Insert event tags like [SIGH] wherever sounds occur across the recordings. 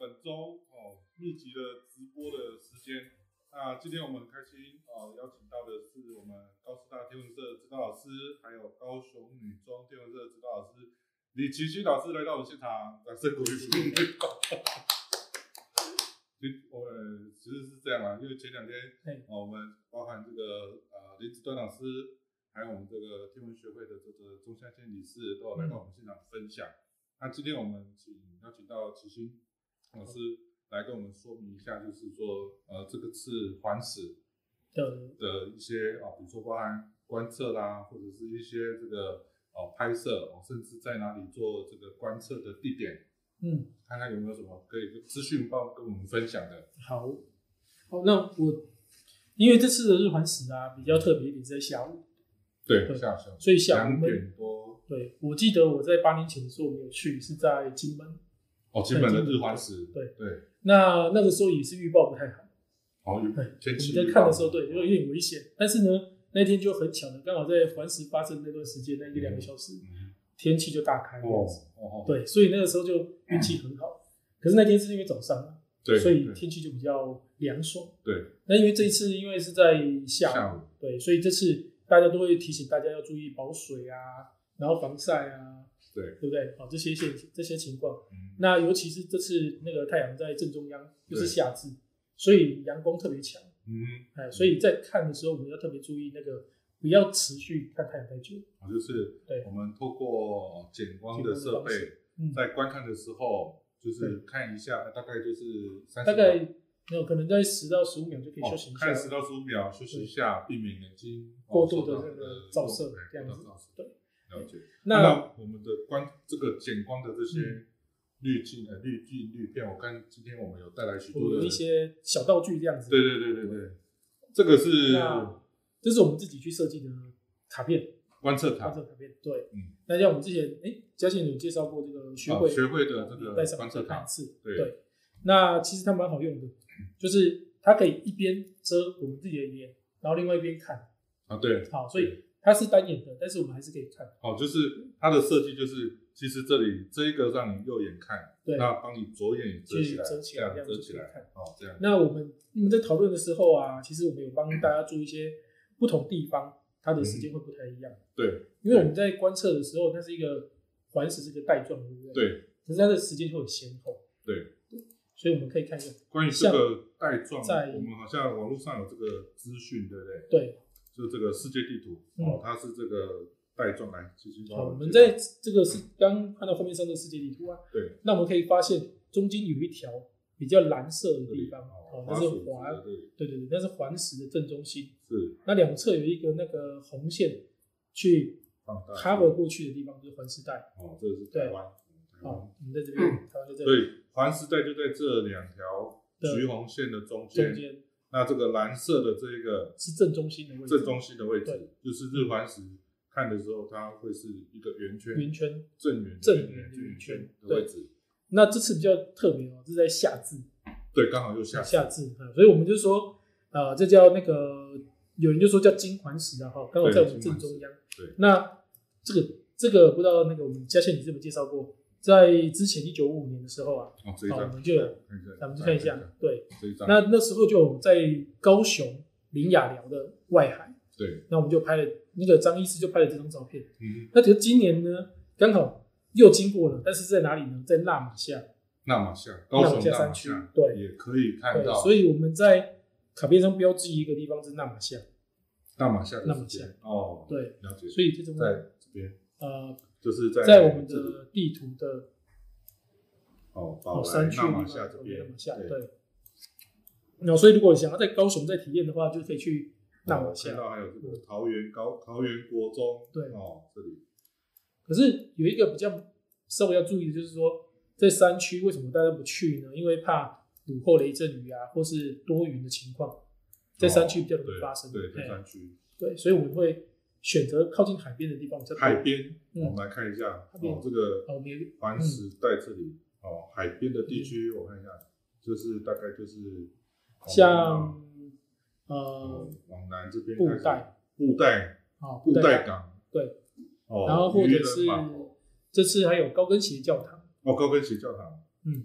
本周哦密集的直播的时间。那今天我们很开心哦，邀请到的是我们高师大天文社指导老师，还有高雄女中天文社指导老师李奇勋老师来到我们现场，掌声鼓励鼓励。其实我呃其实是这样啊，因为前两天对哦，我们包含这个呃林子端老师，还有我们这个天文学会的这个钟湘仙理事都有来到我们现场分享。那今天我们请邀请到齐星老师来跟我们说明一下，就是说呃这个次环食的的一些啊，比如说包含观测啦，或者是一些这个哦、拍摄哦，甚至在哪里做这个观测的地点，嗯，看看有没有什么可以资讯报跟我们分享的。好，好，那我因为这次的日环食啊比较特别一点，在下午，对，对下下所以下午我两们点多对我记得我在八年前的时候没有去，是在金门，哦，基本的日环食，对对，那那个时候也是预报不太好，哦，有对天气我们在预看报的时候对有有点危险，但是呢那天就很巧的，刚好在环食发生那段时间那一两个小时，嗯天气就大开这哦样子，哦哦，对，所以那个时候就运气很好，可是那天是因为早上啊，对，所以对天气就比较凉爽。对那因为这一次因为是在下午，下午对，所以这次大家都会提醒大家要注意保水啊，然后防晒啊，对，对不对？好、这些现这些情况。嗯那尤其是这次那个太阳在正中央，又是对夏至，所以阳光特别强，嗯，哎，所以在看的时候我们要特别注意那个，不要持续看太阳太久。好就是对我们透过减光的设减光的方备式，嗯，在观看的时候，就是看一下，呃大概就是三十大概没有可能在十到十五秒就可以哦休息一下。看十到十五秒，休息一下，避免眼睛哦过度的受到那个呃照射对这样过子度照射啊对，了解。那嗯我们的光这个减光的这些滤镜呃滤镜滤片，我看今天我们有带来许我多们的有一，些小道具这样子。对对对对对，这个是那这是我们自己去设计的卡片。观测观塔，测卡片，对，嗯那像我们之前，哎、嘉信有介绍过这个学啊会、学会的这个带上观测塔一次，对那其实它蛮好用的，就是它可以一边遮我们自己的眼，然后另外一边看，啊，对，好，所以它是单眼的，但是我们还是可以看，哦，就是它的设计就是，其实这里这一个让你右眼看，对。那帮你左眼也遮起来，去遮起这来样这样遮就起可以来看，哦，这样，那我们我们在讨论的时候啊，其实我们有帮大家做一些不同地方，它的时间会不太一样，嗯对因为我们在观测的时候，它是一个环食是一个带状，对不对？。对。可是它的时间就很先后，对。所以我们可以看一下，关于这个带状在，我们好像网络上有这个资讯，对不对？对，就这个世界地图、嗯哦，它是这个带状来继续帮好，我们们介绍在这个是刚看到封面上的世界地图啊，对那我们可以发现中间有一条比较蓝色的这地里方，哦哦，，那滑是鼠指环的，这里对对对，那是环石的正中心，是那两侧有一个那个红线去放大 cover 过去的地方就是环石带，哦，这个是台湾，台湾哦，我们在这边，台湾就在所以环时代就在这两条对橘红线的中中间，间那这个蓝色的这个是正中心的位置，正中心的位置对，就是日环食看的时候，它会是一个圆圈，圆圈。正圆正圆圆正圆圆圈圈的位置，那这次比较特别哦，这是在夏至，对，刚好又下夏至，嗯所以我们就说，呃，这叫那个有人就说叫金环石啊，哈，刚好在我们正中央。对金环石对那这个这个不知道那个我们嘉倩你这么介绍过，在之前一九五五年的时候啊，哦，这一好我张们就有看一下，咱们去看一下，对，这一张，那那时候就有在高雄林雅寮的外海，对，那我们就拍了那个张医师就拍了这张照片。嗯，那其实今年呢，刚好又经过了，但是在哪里呢？在纳马夏，纳马夏，高雄纳马山区夏，对也可以看对到，，所以我们在卡片上标记一个地方是纳马夏，纳马夏的纳马时间，哦，，对，了解，所以这种在这边呃，就是在在我们这里的地图的哦，宝来哦山区纳马地夏方这都边纳马夏，对，对。那所以如果想要在高雄再体验的话，就可以去纳马哦看夏。到还有这个桃园高桃园国中，对哦，这里可是有一个比较稍微要注意的，就是说在山区为什么大家不去呢？因为怕午后雷阵雨啊，或是多云的情况，在山区比较容易哦对发生。对，在嘿山区对，所以我们会选择靠近海边的地方比较多。海边，嗯我们来看一下，海边哦，这个啊，我们也环时代这里哦，海边的地区，嗯我看一下，就是大概就是像哦呃往南这边布开始袋布袋啊布袋港，对，哦，然后或者渔是人码头哦这次还有高跟鞋教堂，哦高跟鞋教堂，嗯，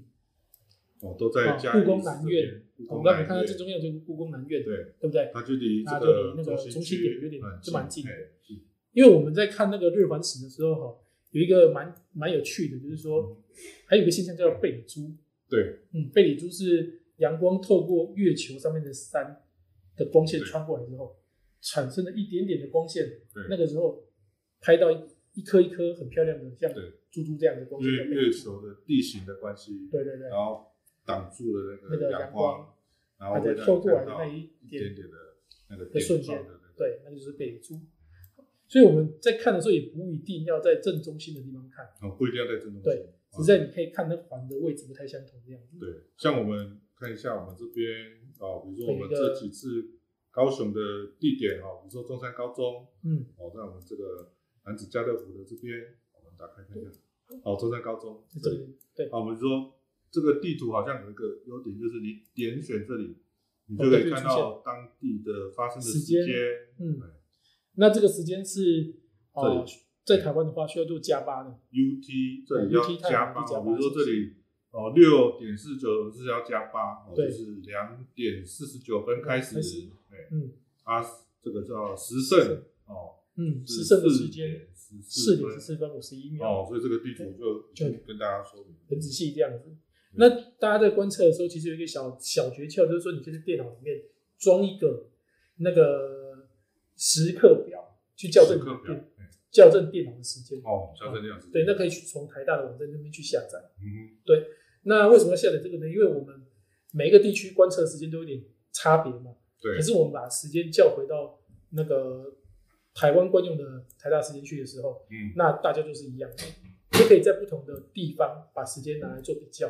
哦，都在哦嘉故义宫市南这院边故我宫们刚才南看到院最中央就是故宫南院，对，对不对？它就离它这就个离那个中心心点有点就蛮近近，的哎是因为我们在看那个日环食的时候，哈，有一个蛮蛮有趣的，就是说嗯还有一个现象叫贝里珠。对，嗯，贝里珠是阳光透过月球上面的山的光线对穿过来之后，产生了一点点的光线。对那个时候拍到一一颗一颗很漂亮的，像对珠珠这样的光因线为叫贝里珠。月球的地形的关系，对对对，然后挡住了那那个个光，阳光然它后在会让透你过来看的到那一一点点点的那个的瞬间点状的那个对，那就是贝里珠。所以我们在看的时候，也不一定要在正中心的地方看，哦，不一定要在正中心，啊，对只是在你可以看那环的位置不太相同这样子。对，像我们看一下我们这边哦，比如说我们有一个这几次高雄的地点哦，比如说中山高中嗯，哦，在我们这个男子家乐福的这边，我们打开看一下，哦，中山高中在这对，里对，啊，我们说这个地图好像有一个优点，就是你点选这里，你哦就可以看到当地的发生的时时间，嗯对，那这个时间是呃，这在里台湾的话需要做加八的， UT 这里对要 UT 加太八，阳就加比如八说这是不是里哦六点四九是要加八，哦就对是两点四十九分开始开始，对，嗯啊这个叫时胜哦，嗯，时胜的时间四四点点十十四四分五十一分秒，哦，所以这个地图就就就跟大家说明，很仔细这样嗯子。那大家在观测的时候，其实有一个小小诀窍，就是说你可以在电脑里面装一个那个时刻表，去校正时刻表电，哎校正电脑的时间。哦，校正量是对，那可以去从台大的网站那边去下载。嗯那为什么要下载这个呢？因为我们每一个地区观测时间都有点差别嘛。对可是我们把时间叫回到那个台湾惯用的台大时间去的时候，嗯那大家就是一样的，就可以在不同的地方把时间拿来做比较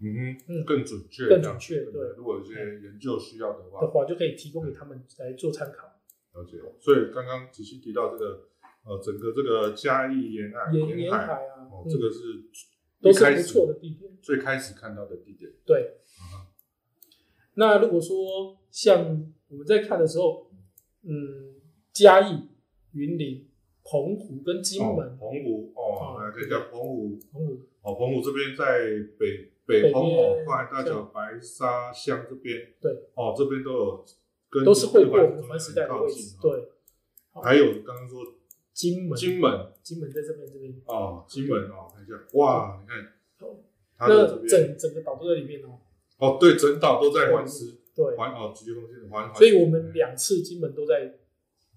嗯哼，嗯更准确，更准确这样子对如果有些研究需要的话的，话，就可以提供给他们来做参考。了解。所以刚刚子欣提到这个呃，整个这个嘉义沿岸沿沿海。海啊，哦，嗯这个是都一是开不始错的地点。最开始看到的地点。对，啊，那如果说像我们在看的时候，嗯，嘉义、云林、澎湖跟金门，哦澎湖哦，哦来看一下澎湖澎湖哦，澎湖这边在北北北澎边哦，快大像角白沙乡这边，对哦，这边都有跟都是会过我环们环时代的位置。，很靠近哦对，还有刚刚说金门，金门金门在这边这边，哦，金门哦，看一下哇，你看哦它的这那边整整个岛都在里面哦。哦，对，整岛都在环视对，环哦，橘红线环，环嗯所以我们两次金门都在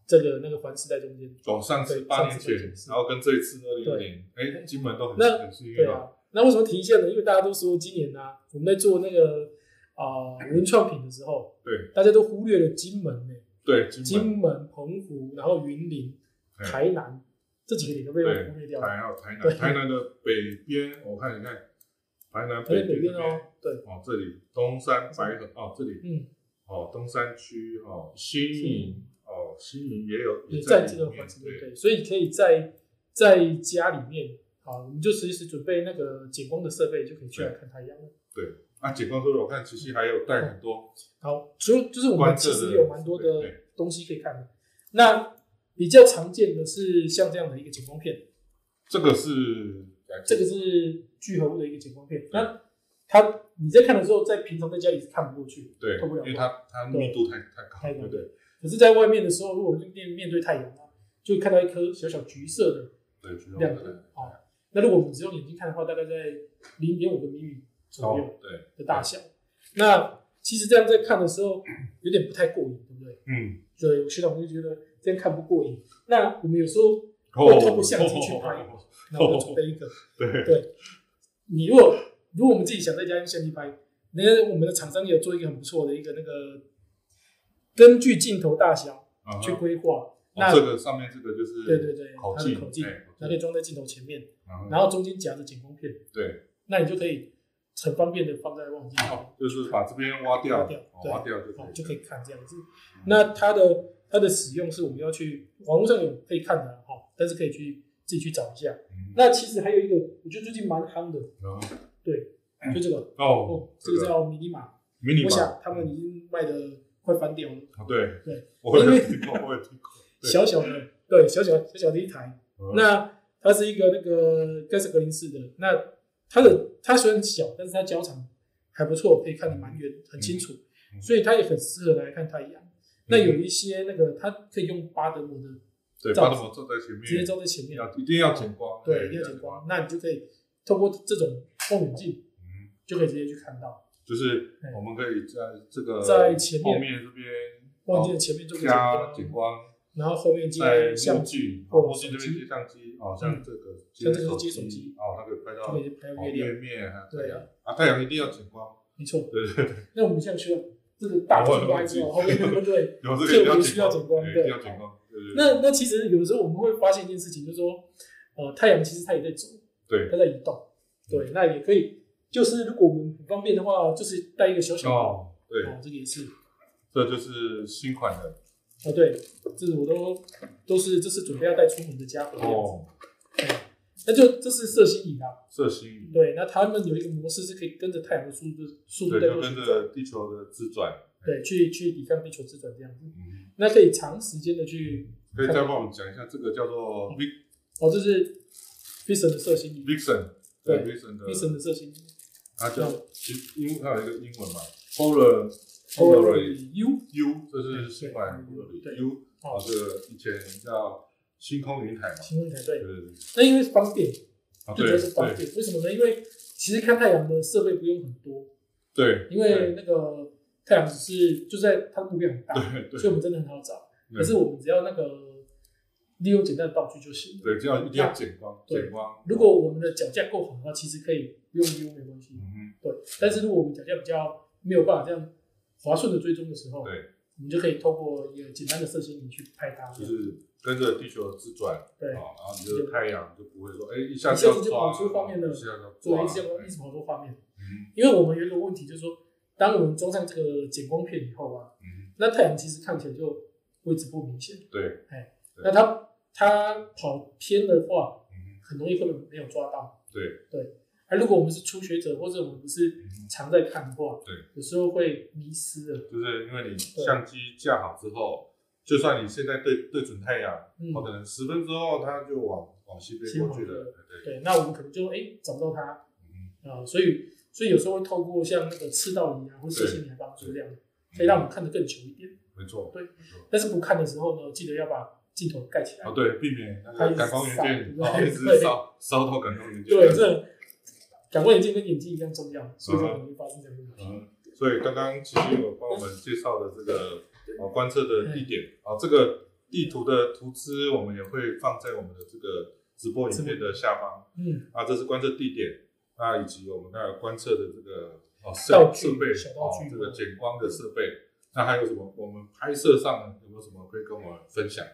这个那个环时代中间。哦，上次对八年上次前八年，前然后跟这一次二零二对零，哎，金门都很那很幸运对哦。啊，那为什么提一下呢？因为大家都说今年呢、啊，我们在做那个啊、呃文创品的时候，对大家都忽略了金门呢、对，金门金门、澎湖，然后云林、对台南这几个点都被我忽略掉了，台还有台南，对台南的北边，我看你看，台南台南北边边这边哦，对，哦，这里东山白河哦，这里嗯，哦东山区哦新新营营哦新营也有也在在这里个面环境对对，所以可以在在家里面，好，我们就随时准备那个减光的设备，就可以去来看太阳了。啊，解放说我看其实还有带很嗯多好，除了就是我观们测其的实有蛮多对的对东西可以看的，那比较常见的是像这样的一个减光片，这个是这个是聚合物的一个减光片，那它你在看的时候，在平常在家里是看不过去的，对，透不了因为它它密度太太高，太阳对不对对？。可是，在外面的时候，如果面面对太阳啊，就会看到一颗小小橘色的对，橘红亮色点的。哦。那如果我们只用眼睛看的话，大概在零点五个米米左右哦，对，的大小。那其实这样在看的时候，有点不太过瘾，对不对？嗯，所以学长我就觉得这样看不过瘾。那我们有时候哦，透过相机去拍哦那我就准备一个， [LAUGHS] 对你如果如果我们自己想在家用相机拍，那我们的厂商也有做一个很不错的一个那个，根据镜头大小啊哈去规划。哦那这个上面这个就是对对对，口它的径，口径哎，它可以装在镜头前面，然后然后中间夹着景光片，对，那你就可以很方便的放在望远镜头，就是把这边挖掉，挖掉哦对挖掉就哦可以，就可以看这样子。嗯那它的它的使用是我们要去网络上有可以看的啦哈、但是可以去自己去找一下。嗯哦那其实还有一个，我觉得最近蛮夯的，然后就这个哦哦，，这个叫迷你码，迷你我马想他们已经卖的快翻掉了，哦对对，我有因为听过，我有听 [LAUGHS] 过，对小小的，对，小小小小的一台，嗯那它是一个那个盖斯格林式的，那它的它虽然小，但是它焦长还不错，可以看得蛮远，很清楚，嗯所以它也很适合来看太阳。那有一些那个，它可以用巴德姆的对，照巴德摩坐在前面，直接照在前面，要一定要减光，对，一定要减。光，那你就可以透过这种望远镜嗯，就可以直接去看到，就是对我们可以在这个在前面后面这边望远镜的前面就可以减加光，减光，然后后面哦在接墨相机镜，或哦墨镜这边手机嗯接相机，哦，像这个像这个是接手手机哦，它可以拍就可到以拍哦月亮，月面，还有对太啊阳啊，太阳一定要减光，没错。对对对，那我们现在需要这个大我出忘来记之后，后面对不对？有这个特别一定需要减光对对一定要减光，对对对那那其实有时候我们会发现一件事情，就是说，呃，太阳其实它也在走，对嗯它在移动，对，那也可以，就是如果我们很方便的话，就是带一个小小的，哦，哦，对，这个也是，这就是新款的哦，对，这是我都都是这是准备要带出门的家伙的样子，哦，那就这是色星仪啊，色星仪，对，那他们有一个模式是可以跟着太阳的速度速度对，在就做跟旋转，着地球的自转，对，去去抵抗地球自转这样子，嗯，那可以长时间的去，可以再帮我们讲一下这个叫做 Vic 哦，这是 Vision 的色星仪 Vixen，对，Vixen 的，Vision 的色星仪它叫其实英它有一个英文嘛，Polar Polaroid ，Polaroid U，哦 U，这是新款 Polaroid 对 U，啊，哦，这个以前叫星空云海嘛，行动台对对，对对，那因为方便。啊就对觉得是方对便。为什么呢？因为其实看太阳的设备不用很多，对，因为那个太阳只是就在它的目标很大，对所以对我们真的很好找。对可是我们只要那个利用简单的道具就行了。对，就要一定要减光对减光，如果我们的脚架够好的话，其实可以不用利用没关系。嗯对，但是如果我们脚架比较没有办法这样滑顺的追踪的时候，哼，对。我们就可以透过一个简单的射星仪去拍它。就是跟着地球自转，啊，对然后你这个太阳就不会说，哎，一下一子下要子就抓跑出画面了一下子要做抓，一直哎一直跑出画面，嗯因为我们有一个问题就是说，当我们装上这个减光片以后啊，嗯，那太阳其实看起来就位置不明显，哎对，对那它它跑偏的话，嗯很容易会没有抓到。对对，而如果我们是初学者，或者我们不是嗯常在看的话，对，有时候会迷失了。就是因为你相机架好之后，就算你现在对对准太阳，嗯，哦，可能十分之后它就往往西西边过往去这了，个对对，对，那我们可能就哎、找不到它啊、嗯所以所以有时候会透过像那个赤道仪啊或射线仪来帮助这样，可以让我们看得更久一点。没错，对没错，但是不看的时候呢，记得要把镜头盖起来。啊，对，避免那它个一直感光元件烧哦一对直烧烧到感光元件，对，这感光眼镜跟眼镜一样重要，所以嗯才容易发生这样的问题。嗯，所以刚刚其实有帮我们介绍的这个呃观测的地点啊，这个地图的图资我们也会放在我们的这个直播影片的下方嗯，啊，这是观测地点啊，以及我们那观测的这个哦设道具设备小道哦具这个减光的设备，那还有什么？我们拍摄上呢有没有什么可以跟我们分享的？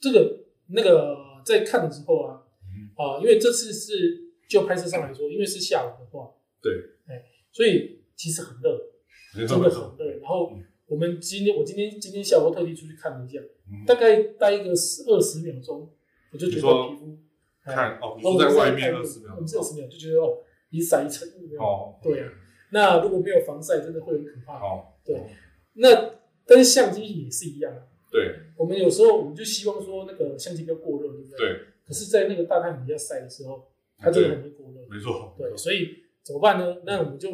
这个那个在看的时候啊嗯，啊、因为这次是就拍摄上来说，因为是下午的话，对，哎，所以其实很热，没错真没的错很，热。然后嗯我们今天我今天今天下午特地出去看了一下，嗯大概待一个十二十秒钟，我就你觉得说皮肤哎看哦，你哦是在外看面二十秒我们是二十秒就觉得哦，一晒一层有没有哦，对啊，那如果没有防晒，真的会很可怕。好，对那但是相机也是一样啊，对我们有时候我们就希望说那个相机不要过热，对不对？对，嗯可是，在那个大太阳底下晒的时候，它真的很容易过热。没错，对，所以怎么办呢？那我们就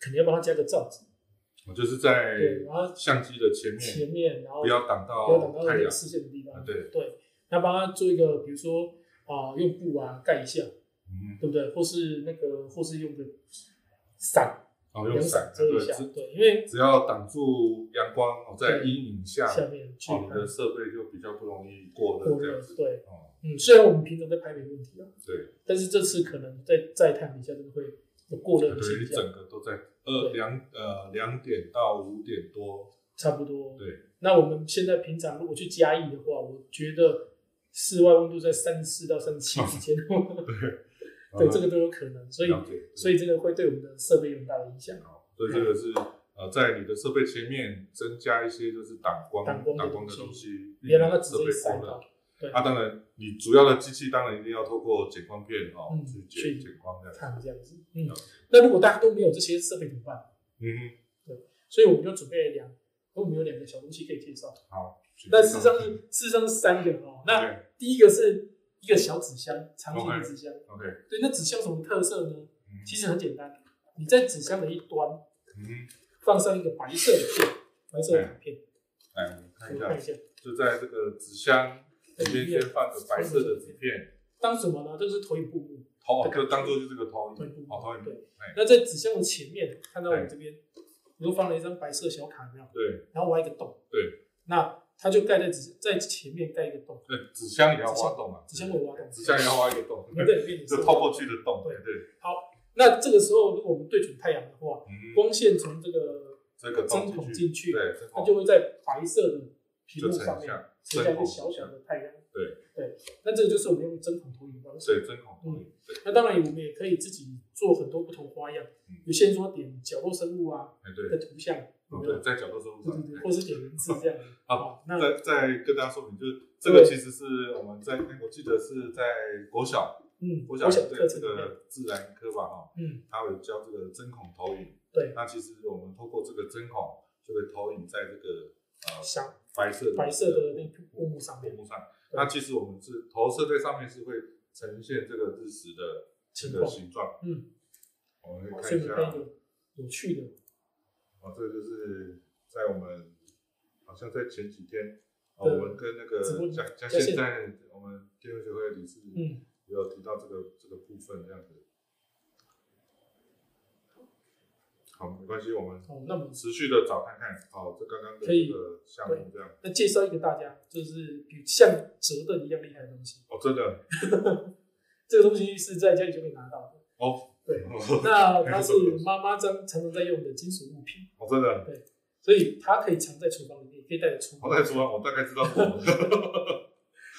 肯定要帮它加个罩子，我就是在对，然后相机的前面，前面，然后哎不要挡不要挡到到太那阳个。视线的地啊方。对，那帮它做一个，比如说啊、用布啊盖一下，嗯，对不对？或是那个，或是用个伞，然后用哦用伞，啊遮一对，下，只对，因为只要挡住阳光，哦，在对阴影下，下面去哦，你的看设备就比较不容易过热过这热样，子。对，哦，嗯，虽然我们平常在拍没问题啊，对，但是这次可能在在太阳底下真的会有过热的对，现一象，整个都在呃对两呃两点到五点多，差不多。对，那我们现在平常如果去嘉义的话，我觉得室外温度在三十四到三十七之间， [LAUGHS] 呃对这个都有可能，所以哦了解，所以这个会对我们的设备有很大的影响。好，所以这个是呃在你的设备前面增加一些就是挡光挡光的光的东东西，嗯别让它直设备接晒过热到。，对啊，当然，你主要的机器当然一定要透过减光片哦嗯，去去减减光的。看这样子。嗯了，那如果大家都没有这些设备怎么办？嗯所以我们就准备两，我们有两个小东西可以介绍，哼，好。但事实上去是事实上是三个哦。看那第一个是一个小纸箱，长形的 OK 纸箱。 OK，对，那纸箱有什么特色呢？嗯其实很简单，你在纸箱的一端嗯，放上一个白色的片，白色的卡片，来我们哎看一我看下一，下，就在这个纸箱里面先放个白色的纸片，当什么呢？这是投影布幕，投就当做就是个投投影影布，幕哦，投影对幕，哎，那在纸箱的前面，看到我哎这边，我又放了一张白色小卡，这样，对然后挖一个洞，对，那它就盖在纸在前面盖一个洞，对，纸箱也要挖洞嘛，纸箱会挖洞，纸箱也要挖一个洞我，们在里面也是就透过去的洞，对对，那这个时候，如果我们对准太阳的话，嗯，光线从这个这个针洞孔进去，进去，对，针它孔就会在白色的屏就幕成上面像呈现一个小小的，的太阳。对对，那这个就是我们用针孔投影方式。对，针孔投影，对，那当然，我们也可以自己做很多不同花样嗯，有些人说点角落生物啊哎对的，图像，有哦没有对，？在角落生物对上对，对，或是点文字这样。好啊，那再再跟大家说明，就是这个其实是我们在，我记得是在国小，嗯，国小小对课这程里面，个自然科吧，哈，嗯，它有教这个针孔投影。对，那其实我们透过这个针孔，就会投影在这个呃小白色的白色的那个幕幕上屏面，幕上。那其实我们是投射在上面，是会呈现这个日食的这情个况。形状。嗯，我们好可以所以看一下我们看一个有趣的，哦，这个就是在我们好像在前几天，哦、对我们跟那个直播像像在线现在我们天文学会的理事也嗯，有提到这个这个部分这样子。好，没关系，我们好，那我们持续的找看看。好、这刚刚的可以这个项目这样。那介绍一个大家，就是比像折凳一样厉害的东西。哦，真的这个东西是在家里就可以拿到的。哦，对 [LAUGHS] 哦， [LAUGHS] 那它是妈妈常常常在用的金属物品，哦真的。所以它可以藏在厨房里面，也可以带着出我门。在说啊，我大概知道什 [LAUGHS] 么。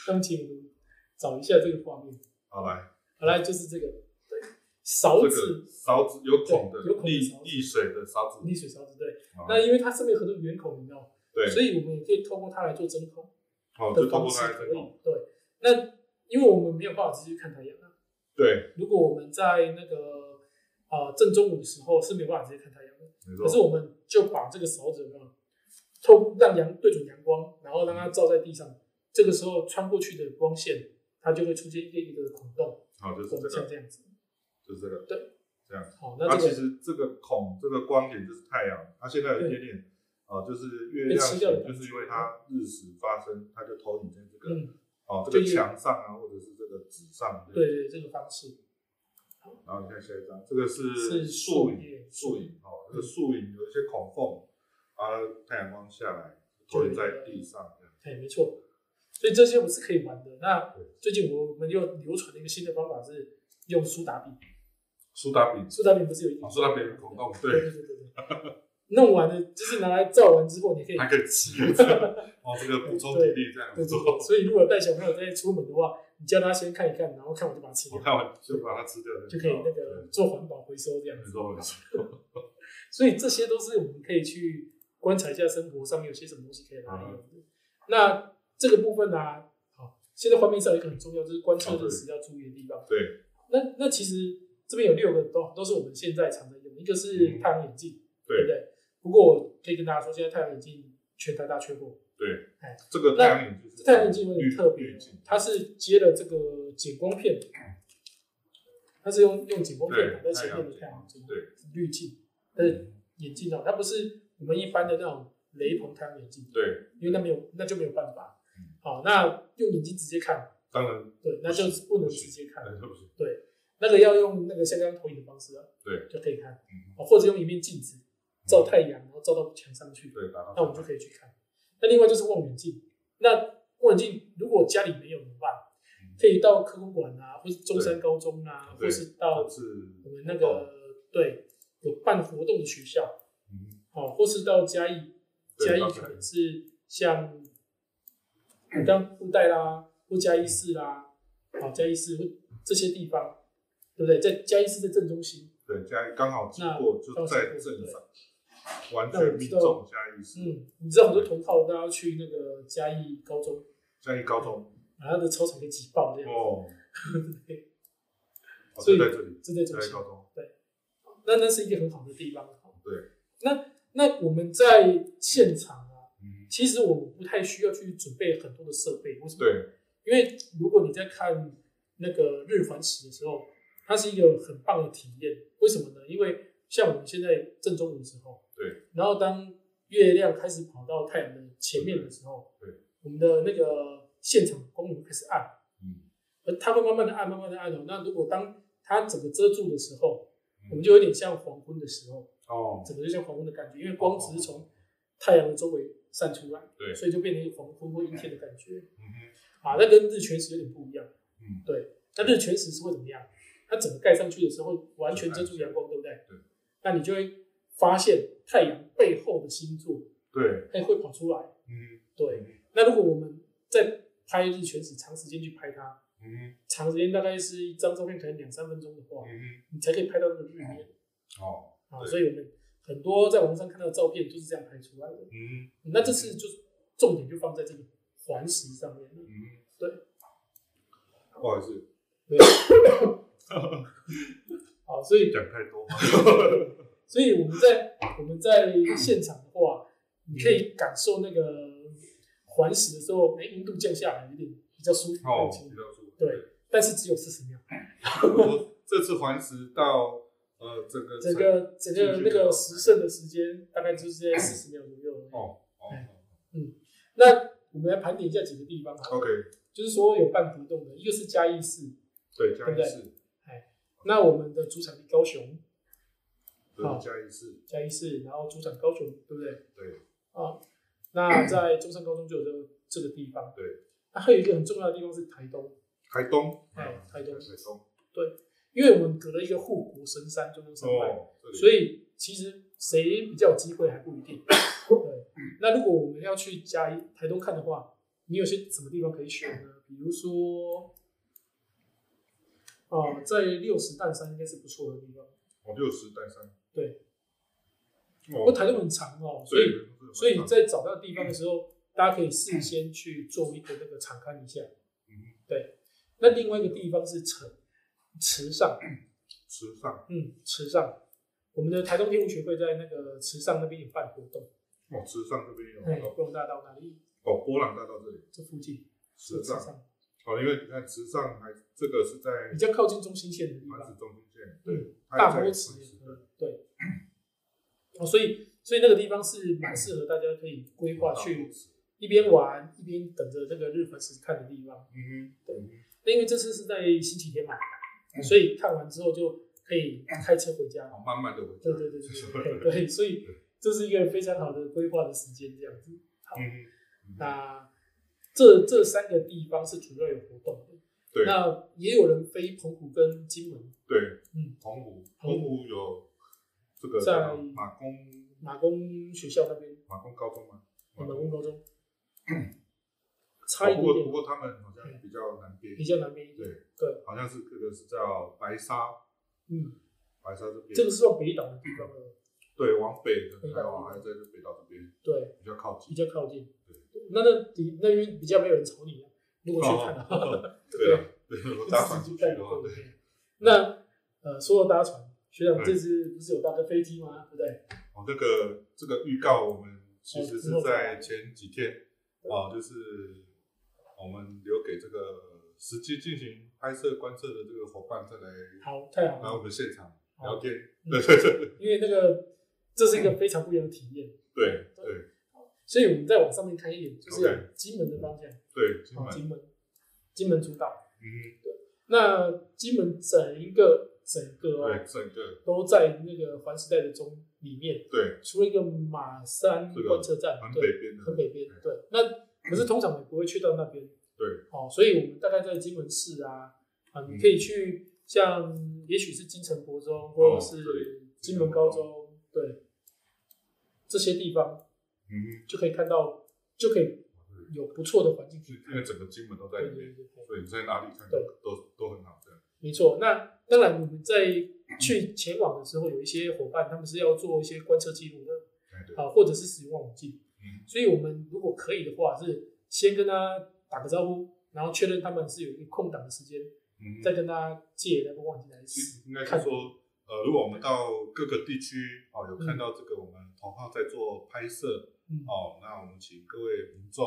那么请我们找一下这个画面，好 [LAUGHS] 来，好来就是这个对勺这子，个勺子有孔的对有孔的沥勺子沥水的勺子。沥水勺子对。哦那因为它上面有很多圆孔，有没有？对，所以我们也可以透过它来做真空哦，的就透方过式它来可针以孔。。对，那因为我们没有办法直接去看太阳啊，对，如果我们在那个呃正中午的时候是没有办法直接看太阳的，没错可。是我们就把这个勺子有没有透让阳对准阳光，然后让它照在地上，这个时候穿过去的光线，它就会出现一个一个的孔洞，好，就是这孔个，像这样子。就是这个。好，它那这其个实这个孔这个光点就是太阳，它现在有一点点呃，就是月被亮吃形，掉的感觉就是因为它日食发生，它就投影在这个嗯，哦这就个是墙上啊，或者是这个纸上。对。对，这个方式然后你看下一张，这个是是树树影，叶，树影哦，这个树影有一些孔缝，啊，太阳光下来投影在地上这样。哎，没错。所以这些我们是可以玩的。那对最近我们又流传了一个新的方法是用苏打笔，苏打饼，苏打笔不是有一哦个苏打饼有孔洞，对对，对对对对，弄完了就是拿来照完之后，你可以还可以 [LAUGHS] 吃。哦，这个补充体力这样对子对做。对所以如果带小朋友在出门的话，你叫他先看一看，然后看完就把它吃掉我，看完就把它吃掉，就可以那个做环保回收这样对没子。 [LAUGHS] 错没错。所以这些都是我们可以去观察一下生活上面有些什么东西可以拿来用的。嗯那这个部分呢、好，现在画面上有一个很重要，就是观哦测日食要注意的地方。对那那其实这边有六个都都是我们现在常在用，一个是太阳眼镜，对不嗯对对？不过我可以跟大家说，现在太阳眼镜全台大缺货。对哎，这个太阳眼镜是这太阳眼镜有点滤特别哦滤镜，它是接了这个减光片，它是用用减光片对打在前面的太太阳阳镜镜对滤镜，但是眼镜哦，它不是我们一般的那种雷朋太阳眼镜，对，因为那没有那就没有办法嗯。好，那用眼睛直接看，当然对，那就是不能直接看，当然不行，那个要用那个像刚刚投影的方式啊，对，就可以看嗯，哦，或者用一面镜子照太阳，然后照到墙上去，对，打到那我们就可以去看。那另外就是望远镜，那望远镜如果家里没有怎么办嗯？可以到科工馆啊，或是中山高中啊，对或是到就是我们那哦个对有办活动的学校，嗯哦，或是到嘉义，对嘉义到可嘉义能是像武当布袋啦，或嘉义市啦，好嘉义市或这些地方，对不对？在嘉义市的正中心，对，嘉义刚好经那过就刚好在经过镇对上，完那我全们命知道中嘉义市，嗯，你知道很多同好都要去那个嘉义高中，嘉义高中把他的操场给挤爆这样子。哦， [LAUGHS] 哦所以就在这里，这在中嘉义心高，中，那那是一个很好的地方。对，那那我们在现场啊，嗯，其实我们不太需要去准备很多的设备，为什么？，对，因为如果你在看那个日环食的时候，它是一个很棒的体验。为什么呢？因为像我们现在正中午的时候，对，然后当月亮开始跑到太阳的前面的时候，对对，我们的那个现场光源开始暗，嗯，而它会慢慢的暗，慢慢的暗哦。那如果当它整个遮住的时候，嗯我们就有点像黄昏的时候，哦，整个就像黄昏的感觉，因为光只是从太阳的周围散出来，对所以就变成一个黄昏或阴天的感觉嗯哼，啊。那跟日全食有点不一样，嗯，对。那日全食是会怎么样？它整个盖上去的时候，完全遮住阳光，对不对？对。那你就会发现太阳背后的星座，对，哎，会跑出来。嗯对。那如果我们在拍日全食，长时间去拍它，嗯长时间大概是一张照片可能两三分钟的话，嗯你才可以拍到那个日面哼，哦，啊。对所以我们很多在网上看到的照片就是这样拍出来的。嗯那这次就是重点就放在这个环食上面了。嗯，对，不好意思，好，啊所以讲太 [LAUGHS] 多吗？所以我们在我们在现场的话，你可以感受那个环食的时候，哎，温度降下来有点比较舒服的哦感，觉比，较舒服。对但是只有四十秒，我这次环食到呃整个整个整个那个时胜的时间大概就是在四十秒左右。哦哦那我们来盘点一下几个地方好了， ，OK，就是说有办活动的，一个是嘉义市，对，嘉义市，那我们的主场地高雄，对，嘉义市，嘉义市，然后主场高雄，对不对？对，啊，那在中山高中就有这个这个地方。对，那还有一个很重要的地方是台东，台东，哎，台东，台东，因为我们隔了一个护国神山中央山脉，哦，这里所以其实谁比较有机会还不一定。对，那如果我们要去嘉义、台东看的话，你有些什么地方可以选呢？比如说，啊、在六十担山应该是不错的地方。哦六十单山，对，不过哦，台东很长哦，所所以以所以在找到地方的时候，大家可以事先去做一个那个查看一下。嗯对，那另外一个地方是池池上，池上，嗯，池上，我们的台东天文学会在那个池上那边有办活动，哦，池上这边有哎，哦芙蓉大道那里哦，波浪大道这里，这附近，池上上，哦，因为你看池上还这个是在比较靠近中心线的地丸子方，中心线，嗯对，大波坡池，嗯，对，哦，所以所以那个地方是蛮适合大家可以规划哦去一边玩一边等着那个日本时看的地方。嗯哼，嗯哼那因为这次是在星期天嘛，所以看完之后就可以开车回家。好，哦慢慢的回家，对对 [LAUGHS] 对对对对，所以这是一个非常好的规划的时间，这样子。好，嗯哼，那这这三个地方是主要有活动的。对那也有人飞澎湖跟金门、对，嗯，澎湖，澎湖澎湖有这个在叫马公马公学校那边，马公高中吗？马公 [CLEARS THROAT] 高中，差哦一不点过不点，过他们好像比较难编比，较南边一点。对，对，好像是这个是叫白沙，嗯，白沙这边，这个是算北岛的地方了，对，往北可北能还岛往还在这北岛这边对，比较靠比近，较靠近对。那那里那边比较没有人吵你啊，如果去看的话。哦对 [LAUGHS] 啊，对，我搭船出自己去带的的话，对对不对？那呃，说到搭船，学长对这次不是有搭个飞机吗？对不对？哦，这个这个预告我们其实是在前几天哦，就是我们留给这个实际进行拍摄观测的这个伙伴再来好，太好来我了，们现场聊天。 [LAUGHS] 嗯对对对因为那个这是一个非常不一样的体验，对对所以我们再往上面看一点，就是 OK 金门的方向，对，金好，门，金门，金门主岛。嗯，那金门整一个整个哦嗯对，整个都在那个环时代的中里面，对除了一个马山这个观测站，很对，北边的，很北边，对。那可是通常也不会去到那边，对，嗯哦，所以我们大概在金门市啊，啊，你可以去像，也许是金城国中，或者哦对是金门高中，对，这些地方嗯，就可以看到，就可以有不错的环境去因为整个金门都在对里对面，对对，所以你在哪里看对都都很好这样。没错。那当然，我们在去前往的时候，有一些伙伴他们是要做一些观测记录的，哎对，啊，或者是使用望远镜。嗯所以我们如果可以的话，是先跟他打个招呼，然后确认他们是有一个空档的时间，嗯，再跟他借那个望远镜来其使实应该是说，呃，如果我们到各个地区哦，有看到这个我们同号在做拍摄嗯，哦，那我们请各位民众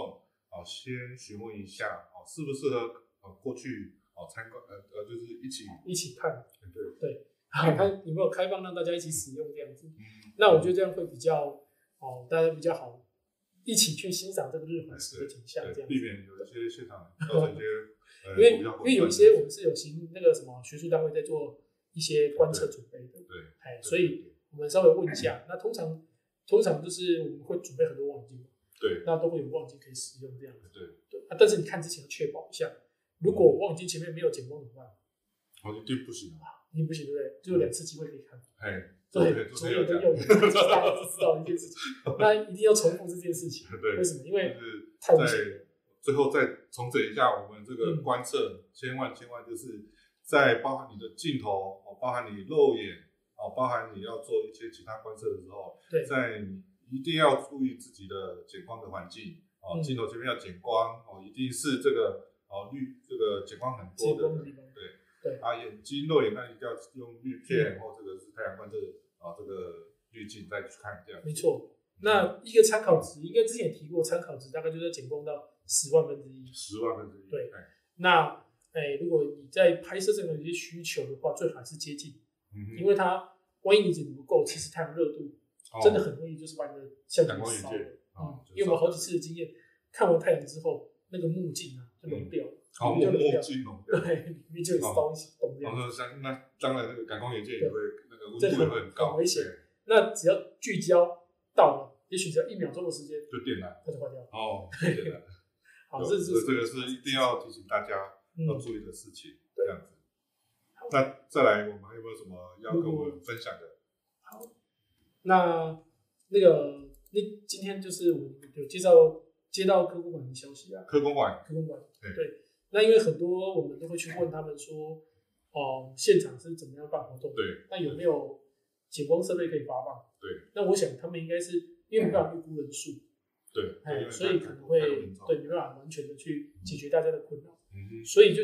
哦先询问一下哦，适不适合呃过去哦参观呃呃就是一起一起看。对对，看看有没有开放让大家一起使用这样子。那我觉得这样会比较哦，大家比较好一起去欣赏这个日环食的景象这对样子避。免有一些现场造成一些呃因为比较混因乱为有一些我们是有行那个什么学术单位在做一些观测准备的，对，哎，对所以我们稍微问一下。那通常通常就是我们会准备很多望远镜，对那都会有望远镜可以使用这样子。对，对啊，但是你看之前要确保一下，如果望远镜前面没有减光怎么办？好像对不行啊，你不行对不对？就有两次机会可以看。哎，对，昨左天有右讲跟，右眼，这是大 [LAUGHS] 家都知道的一件事情。那一定要重复这件事情，对为，什么？因为就是太危险了。最后再重整一下我们这个嗯观测，千万千万就是在包含你的镜头哦，包含你肉眼哦，包含你要做一些其他观测的时候，对在你一定要注意自己的减光的环境哦，嗯镜头前面要减光哦，一定是这个哦绿这个减光很极多光的的地方，啊，眼睛肉眼那一定要用滤嗯片或这个是太阳观测啊这个滤镜再去看嗯这样。没错。那一个参考值，应该之前也提过，参考值大概就在减光到十万分之一。十万分之一，对哎，那哎，如果你在拍摄这个有些需求的话，最好还是接近，嗯哼因为它万一你景不够，其实太阳热度哦真的很容易就是把你的相机感光元烧件了。哦嗯就，是因为我们好几次的经验，看完太阳之后，那个目镜啊就融掉了，嗯好就墨融掉墨了，镜哦，对，里面就有烧一起动这然样。后像哦那当然那个感光元件也对会那个温这度也很会高，很危险对，那只要聚焦到了，也许只要一秒钟的时间，就电缆它就坏掉了。 [LAUGHS] 哦，电缆。好，有这就是这个哦是一定要提醒大家要嗯，注意的事情，对这样子。那再来，我们还有没有什么要跟我们分享的？那那个那今天就是我们有介绍接到科工馆的消息啊，科工馆，科工馆对对，那因为很多我们都会去问他们说，哦、现场是怎么样办活动？对，那有没有解光设备可以发放？对，那我想他们应该是因为没办法预估人数，对，哎，因为所以它可能会太多民众对没办法完全的去解决大家的困扰，嗯哼所以就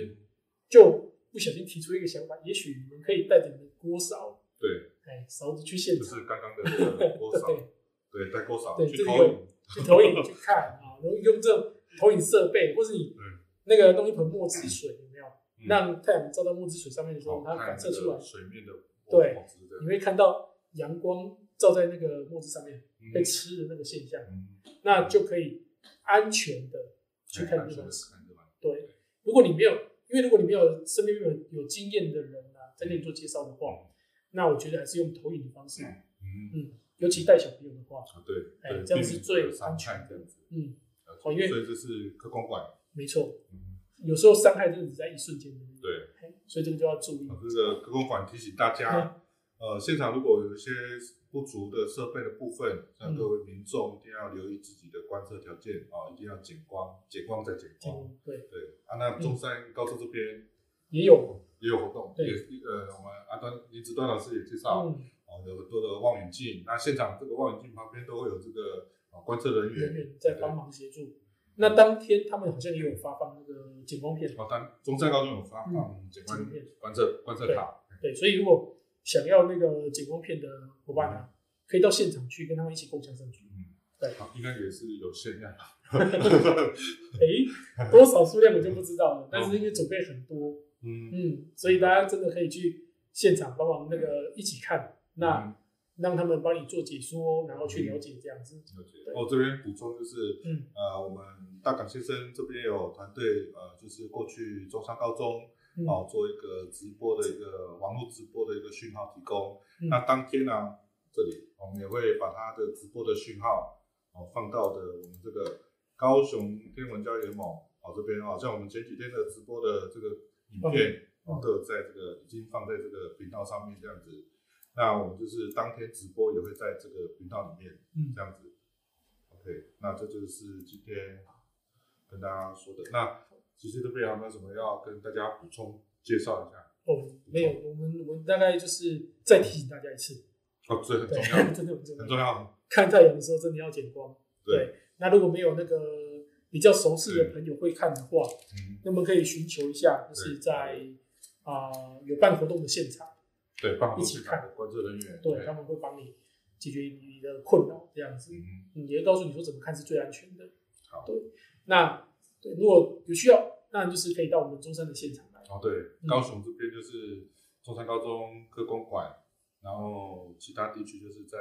就不小心提出一个想法，也许你们可以带着你们锅勺，对，哎，勺子去现就场，是刚刚的这个锅对勺， [LAUGHS] 对，对，带锅勺对去这个投影，去 [LAUGHS] 投影去看啊，然后用这种投影设备，或是你嗯那个弄一盆墨汁水，有没有嗯让太阳照到墨汁水上面的时好候，它看反这射出个来，水面的波对光之类的你会看到阳光照在那个墨汁上面嗯被吃的那个现象，嗯，那就可以安全的去哎看看日这光个石。看这个对，如果你没有，因为如果你没有身边没有有经验的人啊，在给你做介绍的话，那我觉得还是用投影的方式，嗯，嗯，尤其带小朋友的话，啊对，哎对这样避是免最有伤安全害的这样子，嗯，了解哦因为所以这是科工馆，没错，嗯，有时候伤害真的只在一瞬间的，对，嘿所以这个就要注意啊，这个科工馆提醒大嗯家，呃，现场如果有一些不足的设备的部分，那嗯各位民众一定要留意自己的观测条件啊，一定要减光，减光再减这光，样对，对啊，那中山高中这边也有，也有活动，嗯对也呃，我们阿端林子端老师也介绍，嗯，哦，有很多的望远镜，那现场这个望远镜旁边都会有这个啊观测人人员，员在帮忙协助。那当天他们好像也有发放那个减光片，哦，但中山高中有发放检观嗯观测观测卡，对，所以如果想要那个减光片的伙伴啊，可以到现场去跟他们一起共享证据。嗯，对好，应该也是有限量， [LAUGHS] 诶，多少数量我就不知道哦了，但是因为准备很多，嗯，嗯，所以大家真的可以去现场帮忙那个一起看，那嗯让他们帮你做解说，然后去了解这样子。了解。哦我这边补充就是，嗯呃，我们大港先生这边有团队，呃，就是过去中山高中嗯，哦做一个直播的一个网络直播的一个讯号提供。嗯那当天呢、这里我们也会把他的直播的讯号哦放到的我们这个高雄天文教育联盟哦这边哦，像我们前几天的直播的这个影片嗯哦都有在这个已经放在这个频道上面这样子。那我们就是当天直播也会在这个频道里面嗯这样子。OK，那这就是今天跟大家说的。那其实这边有没有什么要跟大家补充介绍一下？哦，没有，我们我们大概就是再提醒大家一次，哦，这很重对，要， [LAUGHS] 真的很重很要。重要。看太阳的时候真的要减光。对对，那如果没有那个比较熟悉的朋友会看的话，嗯，那么可以寻求一下，就是在啊、有办活动的现场，对，办公一起室看的观测人员，对，他们会帮你解决你的困扰这样子。嗯，嗯，也会告诉你说怎么看是最安全的。好对，那对，如果有需要，那就是可以到我们中山的现场来。哦对，嗯高雄这边就是。中山高中科工馆，然后其他地区就是在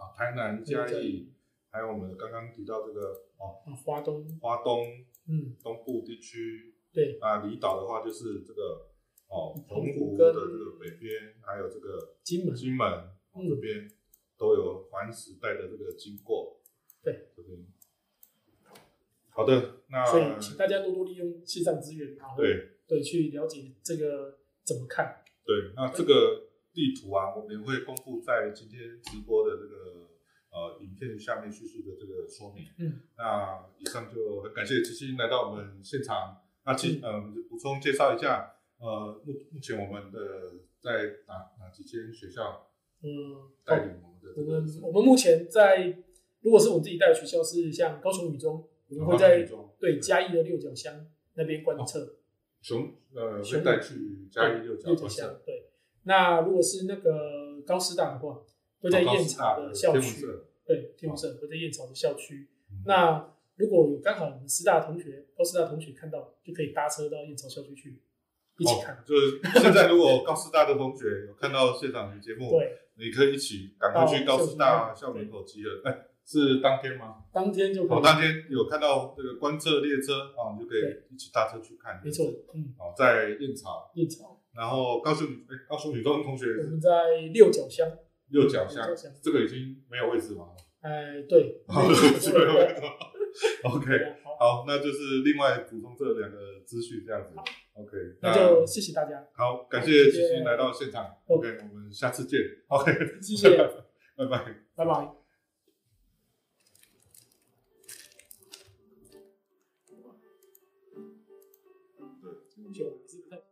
啊台南、嘉义，还有我们刚刚提到这个哦啊，华东，花东嗯，东部地区，对，啊离岛的话就是这个哦澎澎湖湖跟的这个北边，还有这个金门，金门哦嗯这边都有环时代的这个经过，对，这边。好的，那所以请大家多多利用线上资源，然后啊对。对去了解这个怎么看，对，那这个地图啊，我们也会公布在今天直播的这个呃影片下面叙述的这个说明。嗯，那以上就很感谢七星来到我们现场。那其嗯呃补充介绍一下，呃目目前我们的在哪哪几间学校嗯，带领我们的我这个们我们目前在，如果是我自己带的学校，是像高雄女中，我哦们会在中对嘉义的六角乡那边观测熊呃熊会带去嘉义六角六角乡。对，那如果是那个高师大的话，会哦在燕巢的校区，对，天文社会在燕巢的校区。嗯那如果有刚好我们师大同学、高师大同学看到，就可以搭车到燕巢校区去一一起看。哦就是现在，如果高师大的同学有看到现场的节目， [LAUGHS] 对，你可以一起赶快去高师大校门口集合。哎，是当天吗？当天就可哦，以，当天有看到这个观测列车啊，你就可以一起搭车去看。没错，嗯，哦，在燕巢，燕巢，然后高雄女，哎，高雄女中同学我们在六角乡，嗯右脚巷六角巷，这个已经没有位置吗？哎，对， [LAUGHS] 好，这个没有位置吗。OK，好，好，那就是另外补充这两个资讯这样子好。 OK，那就谢谢大家， [LAUGHS] 好，感谢谢琪谢琪来到现场。嗯 OK，我们下次见。OK，谢谢，拜拜。拜拜。对。久还是不太。